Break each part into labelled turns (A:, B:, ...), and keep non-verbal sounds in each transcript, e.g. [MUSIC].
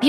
A: 美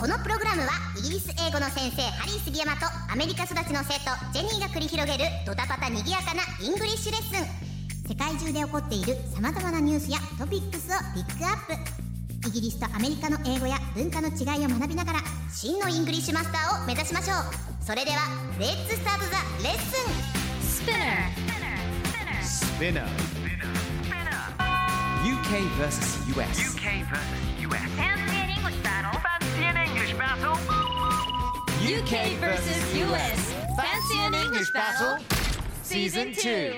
B: このプログラムはイギリス英語の先生ハリー杉山とアメリカ育ちの生徒ジェニーが繰り広げるドタパタにぎやかなイングリッシュレッスン世界中で起こっているさまざまなニュースやトピックスをピックアップイギリスとアメリカの英語や文化の違いを学びながら真のイングリッシュマスターを目指しましょうそれではレッツスタートザレッスン
C: Spinner. UK versus US.
D: UK versus US. Fancy an English battle. Fancy an English battle.
C: UK versus US.
D: Fancy an English battle.
C: Season 2.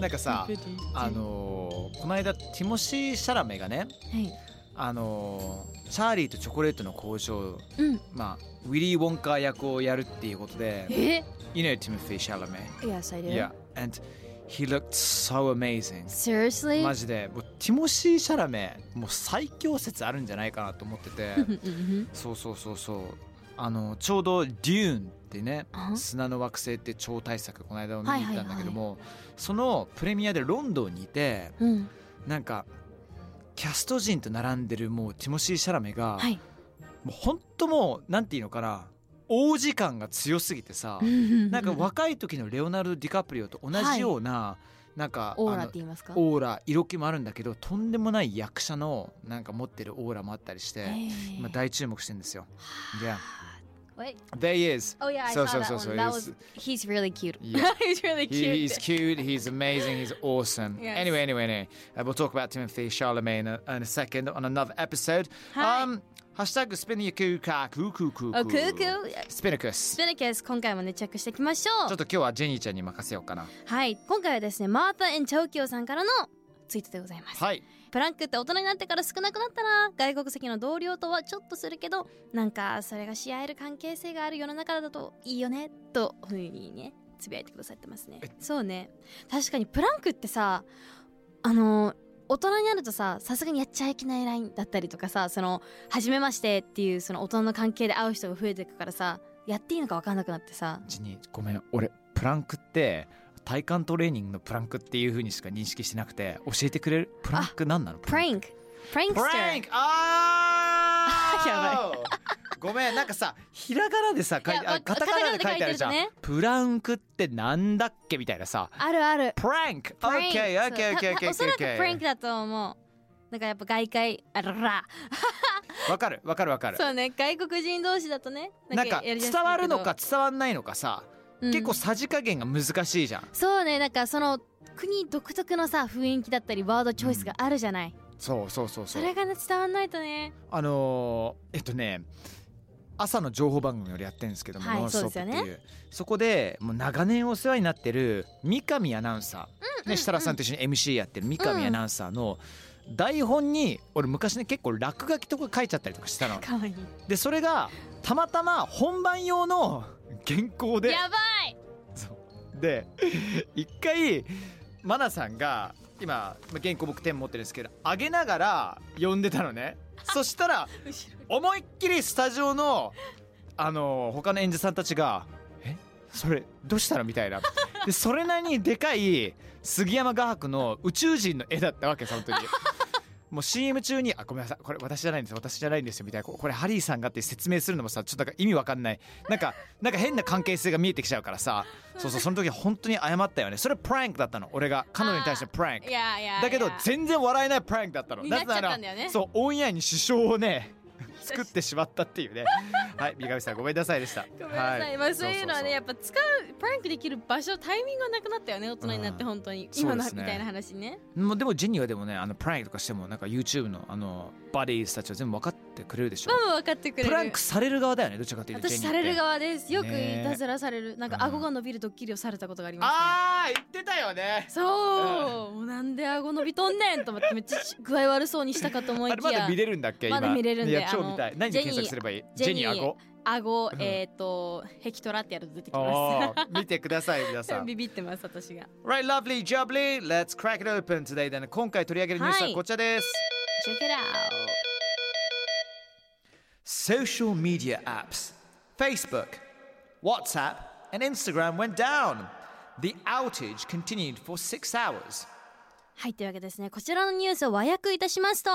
C: なんかさ、あのーこの間ティモシー・シャラメがね、
E: い
C: あのーチャーリーとチョコレートの工場、
E: うん
C: まあ、ウィリー・ウォンカー役をやるっていうことで、
E: え
C: You know Timothy Chalamet.
E: Yes, I do.
C: Yeah. And he looked so amazing.
E: Seriously?
C: マジでもうティモシー・シャラメもう最強説あるんじゃないかなと思って
E: [LAUGHS]
C: てそうそうそうそうあのちょうど「デューン」ってね
E: あ
C: 砂の惑星って超大作この間見
E: はい
C: に行
E: は
C: っ
E: い
C: たんだけども、そのプレミアでロンドンにいて
E: うん。
C: なんかキャスト陣と並んでるもうティモシー・シャラメが、
E: はい。
C: もう本当もうなんていうのかな王子感が強すぎてさなんか若い時のレオナルド・ディカプリオと同じような、なんか
E: オー
C: あ
E: ラっ
C: の
E: て言いますか
C: オーラ色気もあるんだけどとんでもない役者のなんか持ってるオーラもあったりして、
E: ー
C: 今大注目してんですよ。Yeah,
E: Wait.
C: there he is.
E: Oh yeah, I
C: So, so,
E: saw that
C: so,
E: one.
C: so
E: That
C: it's-
E: was he's really cute.
C: [LAUGHS] Yeah.
E: [LAUGHS] he's really
C: He,
E: cute.
C: he's cute. He's amazing. He's awesome.
E: Yes.
C: Anyway, anyway, anyway, uh, we'll talk about Timothy Charlemagne in a, in a second on another episode.
E: Hi.
C: Um, hashtag spinnacuca cuckoo
E: おクーク
C: cuckoo.
E: ー。
C: Spinnakus.
E: スペルケス今回もねチェックしていきましょ
C: ちょ
E: う
C: っと今日はジェニーちゃんに任せようかな。
E: はい今回はですねマータ・イン・東京さんからのツイートでございます
C: はい。
E: プランクって大人になってから少なくなったな外国籍の同僚とはちょっとするけどなんかそれがし合える関係性がある世の中だといいよねとふうにねつぶやいてくださってますね
C: え
E: そうね確かにプランクってさあの大人になるとささすがにやっちゃいけないラインだったりとかさその初めましてっていうその大人の関係で会う人が増えていくからさやっていいのか分かんなくなってさ
C: ジェニー、ごめん。俺、プランクって体幹トレーニングのプランクっていう風にしか認識してなくて、教えてくれるプランク何なの
E: プランクプランク
C: プ
E: スタ
C: ラン
E: ー
C: クあー
E: [LAUGHS] や
C: ごめんなんかさひらがなでさ書い
E: いや
C: あ
E: わ
C: カタカナで書いてあるじゃん、
E: カタカナで書いてる
C: プランクってなんだっけみたいなさ
E: あるある
C: プランク
E: プランク
C: OK
E: そ
C: OK
E: うた
C: OK
E: たおそらく
C: OK
E: プランクだと思うなんかやっぱ外界あらら
C: わかるわかるわかる
E: そうね外国人同士だとね
C: なんか
E: やりやす
C: 伝
E: いけど
C: わるのか、伝わんないのかさ、
E: うん
C: 結構さじ加減が難しいじゃん
E: そうねなんかその国独特のさ雰囲気だったりワードチョイスがあるじゃない、
C: そうそうそうそ
E: そうれがね伝わんないとね
C: あのーえっとね朝の情報番組をやってるんですけども、
E: はい
C: ノンストップ
E: そう
C: っ
E: です
C: てい
E: よ
C: うそこでもう長年お世話になってる三上アナウンサー、ね、設楽さんと一緒に MC やってる三上アナウンサーの台本に俺昔ね結構落書きとか書いちゃったりとかしてたの
E: かわいい
C: でそれがたまたま本番用の原稿で
E: やばい
C: で一回マナさんが今まあ原稿僕手に持ってるんですけど上げながら呼んでたのね [LAUGHS] そしたら思いっきりスタジオのあの他の演者さんたちが「えそれどうしたの?」みたいなでそれなりにでかい杉山画伯の宇宙人の絵だったわけその時もう CM 中に「あごめんなさいこれ私じゃないんです私じゃないんですよ」みたいなここれハリーさんがって説明するのもさちょっとなんか意味わかんないなんかなんか変な関係性が見えてきちゃうからさそうそうその時本当に謝ったよねそれプランクだったの俺が彼女に対してプランク
E: いやいやいや
C: だけど全然笑えないプランクだったの
E: になっちゃっ
C: な
E: た
C: ぜ
E: ん
C: な
E: だよね
C: らそうオンエアに支障をね [LAUGHS] 作ってしまったって
E: [LAUGHS]
C: いうねはい三上さんごめんなさいでした
E: ごめんなさい、まあそういうのはねや
C: っ
E: っぱ使うプランクできる場所タイミングがなくなったよね大人になって
C: うん
E: 本当に、
C: そう
E: 今の
C: ですね
E: みたいな話ね
C: ぱでもジェニーはでもねあのプランクとかしてもなんか YouTube のあのバディーズたちは全部分かってくれるでしょ
E: ママ分かってくれる
C: プランクされる側だよねどちらかというと
E: 私される
C: 側
E: 側ですよく
C: ねえ
E: いたずらされるなん
C: うん
E: か顎が伸びるドッキリをされたことがありますね
C: ああ言ってたよね
E: そう、もうなんで顎伸びとんねんと思ってめっちゃ具合悪そうにしたかと思い
C: あれま
E: き
C: だ
E: や
C: 見れるんだっけ今
E: まだ見れるんで
C: いや
E: あ
C: 超
E: の
C: 見たい何で
E: ジェニー
C: 検索すればいい
E: ジ
C: ジェ
E: ェニ
C: ニ
E: ー
C: ー
E: [LAUGHS]
C: 顎
E: 顎
C: うん
E: えっ、とヘキトラってやると出てきま
C: あー見てください皆
E: す
C: さん
E: [LAUGHS] ビビってます私が
C: Right, lovely, jubbly. Let's crack it open today. Then 今回取り上げるニュースははいこちらです。
E: チェックラ
C: Social media apps, Facebook, WhatsApp, and Instagram went down. The outage continued for six hours.
E: はいというわけですねこちらのニュースを和訳いたしますと、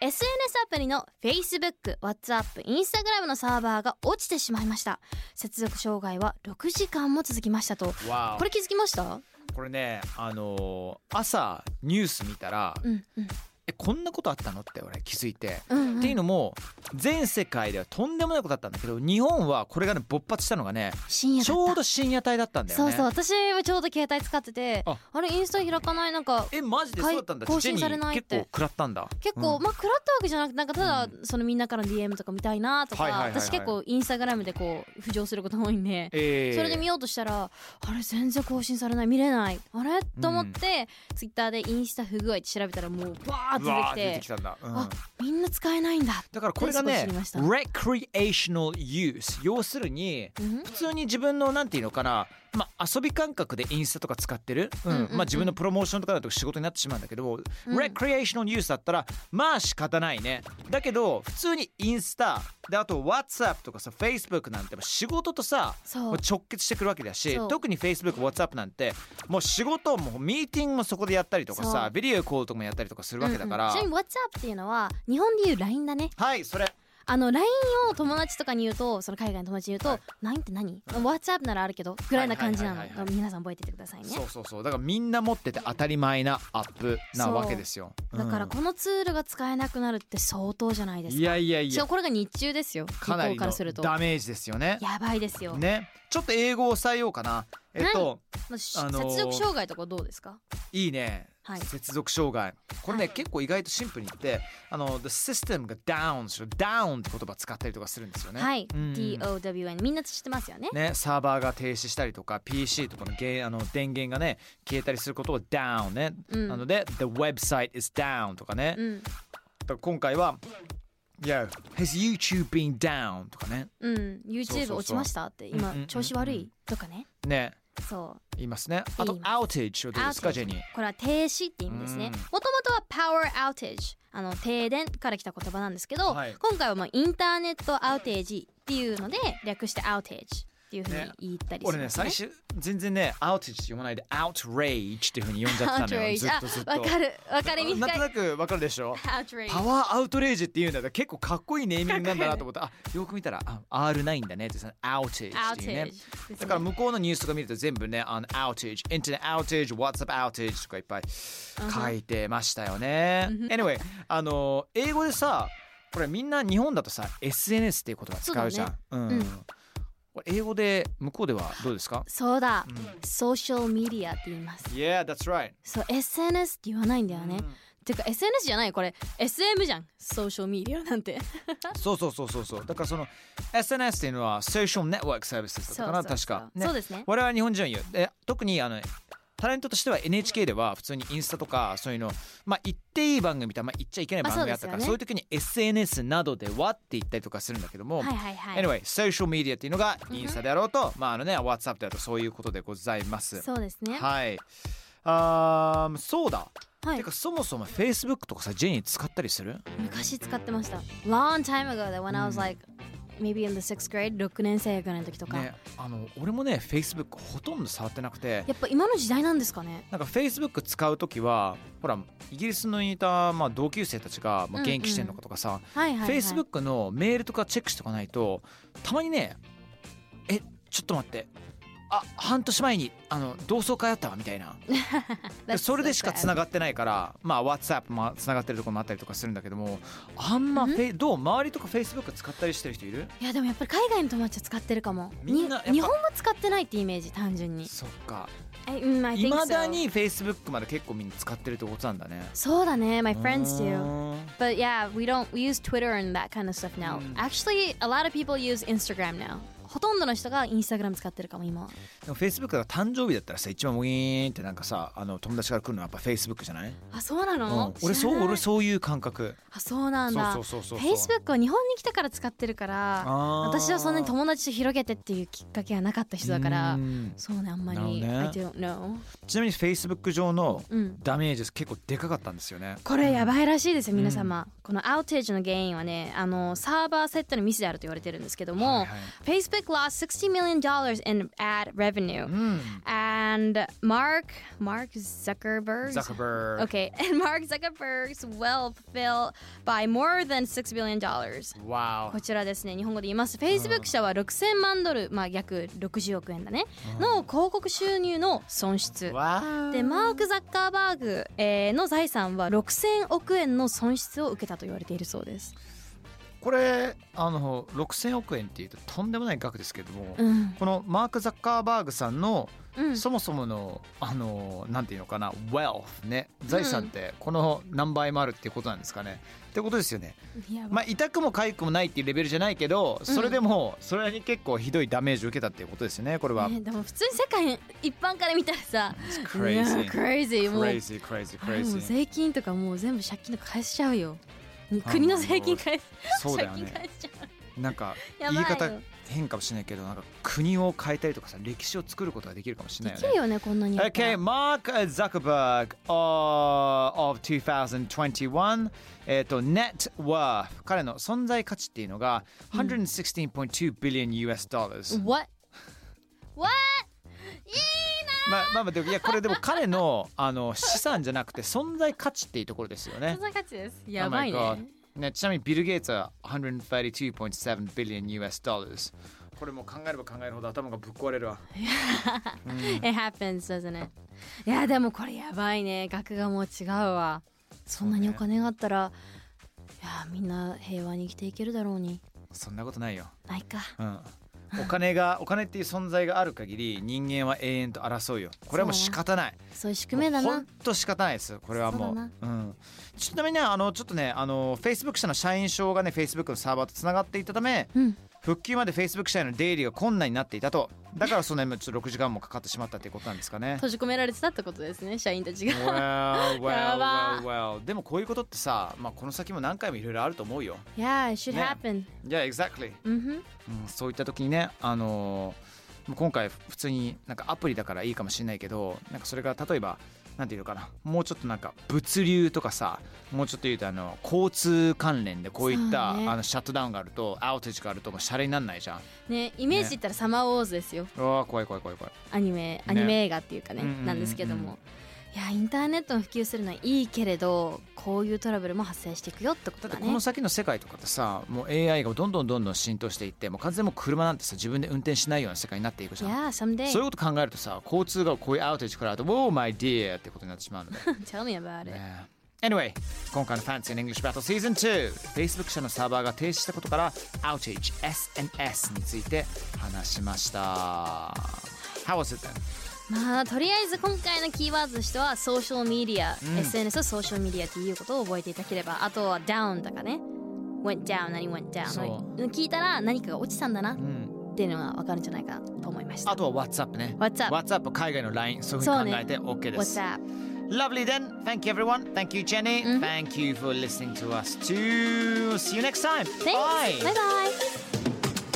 E: SNS アプリの Facebook、WhatsApp、Instagram のサーバーが落ちてしまいました接続障害は6時間も続きましたと
C: わ
E: これ気づきました
C: これね、あのー朝ニュース見たら、
E: うんうん
C: えこんなことあったのって俺気づいて。
E: うん、う、
C: っていうんのも全世界ではとんでもないことだったんだけど日本はこれがね勃発したのがね
E: 深夜だった
C: ちょうど深夜帯だったんだよ
E: そ
C: ね
E: うそう私はちょうど携帯使ってて
C: あ
E: あれインスタ開かないなんか
C: えマジでそうだったんだ
E: はい
C: ジェニー
E: 更新されないっ
C: 結
E: て
C: 構食らったんだ
E: 結構、
C: うん
E: まあ食らったわけじゃなくてなんかただ、そのみんなからの DM とか見たいなとか、
C: はいはいはいはい
E: 私結構インスタグラムでこう浮上することが多いんで、
C: えー
E: それで見ようとしたらあれ全然更新されない見れないあれと思って、ツイッターでインスタ不具合って調べたらもうバー
C: うわ
E: ッ
C: ー
E: て出てきて
C: たんだ、うん
E: あみんな使えないんだ
C: だからこれがね
E: 少し知りました
C: レクリエーショナルユース要するに
E: うん
C: 普通に自分のなんていうのかな、まあ、遊び感覚でインスタとか使ってる、うん
E: うんうん
C: まあ、自分のプロモーションとかだと仕事になってしまうんだけど、
E: うん
C: レクリエーショナルユースだったらまあ仕方ないねだけど普通にインスタであと WhatsApp とかさ Facebook なんて仕事とさ
E: そ
C: も
E: う
C: う直結してくるわけだし
E: そう
C: 特に FacebookWhatsApp なんてもう仕事もミーティングもそこでやったりとか
E: そ
C: さ
E: う
C: ビデオコールとかもやったりとかするわけだから、
E: うんうんちなみに WhatsApp っていうのは日本でいう LINE だね
C: はいそれ
E: あの LINE を友達とかに言うとその海外の友達に言うと、LINE って何、?WhatsApp ならあるけどぐらいな感じなの、
C: はいはいはいはい
E: 皆さん覚えててくださいね
C: そうそうそうだからみんな持ってて当たり前なアップなわけですよ
E: だから
C: うん
E: このツールが使えなくなるって相当じゃないです
C: い
E: か
C: やいやい
E: しか
C: や
E: もこれが日中ですよ
C: かな
E: 向こ
C: り
E: うから
C: の
E: すると
C: ダメージですよね
E: やばいですよ、
C: ねちょっと英語を抑えようかなえっと
E: まあし
C: あのー
E: 接続障害とかどうですか
C: いいね
E: はい
C: 接続障害これね結構意外とシンプルに言ってあの the system が down しろ down って言葉使ったりとかするんですよね
E: はい、
C: うん
E: DOWN みんな知ってますよね
C: ね、サーバーが停止したりとか PC とかのゲーあの電源がね消えたりすることを down ね、
E: うん
C: なので the website is down とかね、
E: うん
C: だから今回は Yo, has YouTube been down? とかね。
E: うん
C: そうそう
E: YouTube 落ちましたって
C: う
E: 今
C: んうんうん
E: 調子悪いとかね
C: ね、
E: そう
C: 言いますね。あと
E: 言い、ま
C: outage はどうですか、
E: Outage
C: ジェニー。
E: これは停止って意味ですね
C: うん
E: もともとは power outage あの停電から来た言葉なんですけど、
C: はい
E: 今回はもうインターネットアウテージっていうので略して outage っていうふう
C: ね
E: に言ったりします
C: 俺
E: ね
C: ね、最初、全然ね、outage って読まないで、outrage っていうふうに読んじゃってたのよ。ず
E: outrage
C: っとずっと。
E: [LAUGHS] あわかるわ
C: なん
E: かる
C: と
E: 短
C: ないくわかるでしょ
E: outrage
C: パワーアウトレージって言うんだったら結構かっこいいネーミングなんだなと思ってあよく見たらあ R9 だねってさ outage っていうね
E: outage
C: だから向こうのニュースとか見ると全部ね、あの、outage、internet outage、WhatsApp outage とかいっぱい書いてましたよね。anyway、あの、英語でさ、これみんな日本だとさ、SNS っていう言葉使うじゃん。う
E: うん
C: ん。これ英語で向こうではどうですか
E: そうだ、
C: うん
E: ソーシャルメディアって言います
C: Yeah, that's right.
E: そう SNS って言わないんだよね、てか SNS じゃないこれ SM じゃんソーシャルメディアなんて
C: そうそうそうそうそう。だからその SNS っていうのは social network services だったかな、
E: そうそう
C: 確
E: そう
C: か。ね
E: そうですね
C: 我々日本人は言うで特にあのタレントとしては NHK では普通にインスタとかそういうの、まあ、言っていい番組とか、まあ、言っちゃいけない番組があったから、
E: ま
C: そう
E: あそ
C: いう
E: う
C: 時に SNS などではって言ったりとかするんだけども、
E: はいはいはい、
C: anyway ソーシャルメディアっていうのがインスタであろうと、まああのね WhatsApp であろうとそういうことでございます。
E: そうですね
C: はいあーそうだ、
E: はい
C: てかそもそも Facebook とかさジェニー使ったりする
E: 昔使ってました long time ago that when
C: う
E: I was
C: ん
E: like maybe in the sixth grade 6年生ぐらいの時とか、
C: ねあの俺もね Facebook ほとんど触ってなくて
E: やっぱ今の時代なんですかね
C: なんか Facebook 使う時はほらイギリスのいた、まあ、同級生たちが、ま
E: うんう
C: あ、
E: ん
C: 元気してんのかとかさ、
E: はいはい、はい、
C: Facebook のメールとかチェックしておかないとたまにねえちょっと待ってあ半年前にあの同窓会あったわみたいなでそれでしか繋
E: が
C: がってないからまあ WhatsApp も繋がってるところもあったりとかするんだけどもあんまフェイどう周りとか Facebook 使ったりしてる人いる
E: いやでもやっぱり海外の友達は使ってるかも
C: みんなやっぱ
E: に日本も使ってないってイメージ単純に
C: そっか
E: えうんまあ
C: いまだに Facebook まで結構みんな使ってるってことなんだね
E: そうだね my friends
C: う
E: do
C: ーん
E: But yeah, we don't we use Twitter and that kind of stuff now.
C: うん
E: Actually, a lot of people use Instagram now. ほとんどの人がインスタグラム使ってるかも今は。
C: でも Facebook が誕生日だったらさ一番ウィーンってなんかさあの友達から来るのはやっぱ Facebook じゃない、
E: あ、そうな
C: うん
E: の？
C: 俺
E: 知
C: そ
E: ら
C: う
E: ない
C: 俺そういう感覚
E: あ、そうなんだ。
C: そうそうそうそうそう
E: Facebook は日本に来てから使ってるから、
C: あー
E: 私はそんなに友達と広げてっていうきっかけがなかった人だから
C: う、ん
E: そうねあんまり、
C: な
E: I
C: るほ
E: don't know。
C: ちなみに Facebook 上の
E: うん。
C: ダメージ結構でかかったんですよね
E: これやばいらしいですよ
C: うん
E: 皆様、このアウテージの原因はねあのサーバーセットのミスであると言われてるんですけども、
C: はいはい
E: Facebook lost 60 million dollars in ad revenue、
C: うん、
E: and Mark Mark Zuckerberg's
C: ザクバーグ
E: okay [LAUGHS] and Mark Zuckerberg's wealth fell by more than 6 billion dollars
C: わ
E: こちらですね日本語で言います Facebook 社は6000万ドルまあ約60億円だねの広告収入の損失
C: おわ
E: でマーク・ザッカーバーグ、えーの財産は6000億円の損失を受けたと言われているそうです。
C: これあの6000億円っていうととんでもない額ですけども、
E: うん
C: このマーク・ザッカーバーグさんの
E: うん、
C: そもそものあのなんていうのかな wealth ね財産ってこの何倍もあるっていうことなんですかね、ってことですよね
E: やば
C: まあ痛くも痒くもないっていうレベルじゃないけどそれでもそれに結構ひどいダメージを受けたっていうことですよねこれは、
E: ねでも普通に世界一般から見たらさ
C: It's
E: いや
C: crazy
E: [LAUGHS] crazy もう
C: crazy crazy
E: あれもう
C: crazy
E: 税金とかもう全部借金とか返しちゃ
C: [LAUGHS]
E: うよ。に
C: あー
E: 国の税金返す、
C: そうだ
E: 借
C: よ
E: 金
C: ね
E: 返しちゃ
C: なんか
E: う。やば
C: 言
E: い
C: い
E: よ
C: 方変かもしれないけどなんか国を変えたりとかさ歴史を作ることができるかもしれない
E: で
C: よ
E: き
C: ね
E: るよねこんなにやっぱ。
C: Okay, Mark Zuckerberg uh, of 2021、えっと、net worth 彼の存在価値っていうのが116.2 billion US dollars、
E: What? What? いい
C: まあまあまあでもいやこれでも彼のあの資産じゃなくて存在価値っていうところですよ
E: な
C: ね
E: そん。な感じです。やばいね。
C: Oh my god ねちなみにビル・ゲイツは132.7 billion US dollars これもう考えれば考えるほど頭がぶっ壊れるわ。
E: It happens, doesn't it? いやでもこれやばいね額がもう違うわそんなにお金があったら、いやみんな平和に生きていけるだろうに
C: そんなことないよ。
E: ないか
C: うん、お金が [LAUGHS] お金っていう存在がある限り人間は永遠と争うよこれはもう仕方ない
E: そういう宿命だ
C: もうほ
E: なん
C: と仕方ないですこれはも
E: そううだ
C: うん、ちなみにねあのちょっとねあの Facebook 社の社員証がね Facebook のサーバーとつながっていたため
E: うん
C: 復旧まで Facebook 社への出入りが困難になっていたとだからその辺もちょっと6時間もかかってしまったっていうことなんですか
E: [LAUGHS]
C: ね
E: 閉じ込められてたってことですね社員たちが
C: Well, well,
E: やば
C: well, well. でもこういうことってさ、まあ、この先も何回もいろいろあると思うよ
E: Yeah, it should
C: ね
E: happen、
C: Yeah, exactly
E: うんふん
C: うん、そういった時にね、あのー今回普通になんかアプリだからいいかもしれないけどなんかそれが例えばなんていうのかなもうちょっとなんか物流とかさもうちょっと言うとあの交通関連でこういった、
E: そうね
C: あのシャットダウンがあるとアウテージがあるともうシャレになんないじゃん
E: ねイメージ言ったらサマーウォーズですよ
C: うわー怖い怖い怖い怖い
E: アニメアニメ映画っていうかね
C: うんうんうんうん
E: なんですけどもいやインターネットの普及するのはいいけれどこういうトラブルも発生していくよってこ
C: だ
E: と
C: って
E: だ
C: こ
E: ね
C: の先の世界とかってさもう AI がどんどんどんどん浸透していってもう完全にもう車なんてさ自分で運転しないような世界になっていくじゃん
E: Yeah, someday
C: そういうこと考えるとさ交通がこういうアウテージからあると「Oh my dear」ってことになってしまうので
E: Tell me about it、
C: ね Anyway、今回の Fancy and English Battle Season 2、Facebook 社のサーバーが停止したことから Outage SNS について話しました。How was it then?
E: まあとりあえず今回のキーワードとしてはソーシャルメディア、
C: うん
E: SNS をソーシャルメディアっていうことを覚えていただければあとは down だかね went down 何 went
C: そ
E: down 聞いたら何かが落ちたんだなっ
C: うん、
E: ていうのが分かるんじゃないかなと思いました
C: あとは WhatsApp ね。
E: WhatsApp
C: WhatsApp 海外の LINE、そういうふうに考えて OK です。
E: What's up?
C: Lovely then. Thank you everyone. Thank you Jenny. Thank you for listening to us too. See you next time.
E: Thanks! バイバイ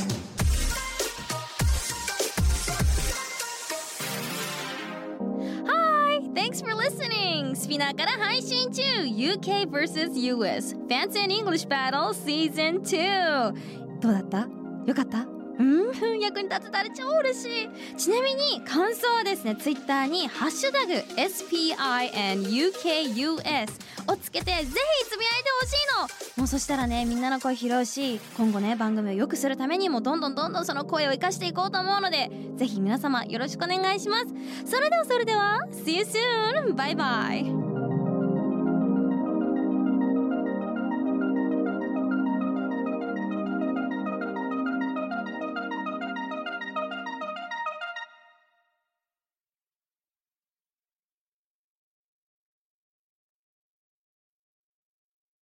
E: はい Thanks for listening! スピナーから配信中 UK vs.US Fancy and English Battle Season 2どうだったよかった
F: うん役に立てたら超嬉しいちなみに感想はですねツイッターに「ハッシュタグ #SPINUKUS」をつけてぜひつぶやいてほしいのもうそしたらねみんなの声拾うし今後ね番組を良くするためにもどんどんどんどんその声を生かしていこうと思うのでぜひ皆様よろしくお願いしますそれではそれでは See you soon! バイバイ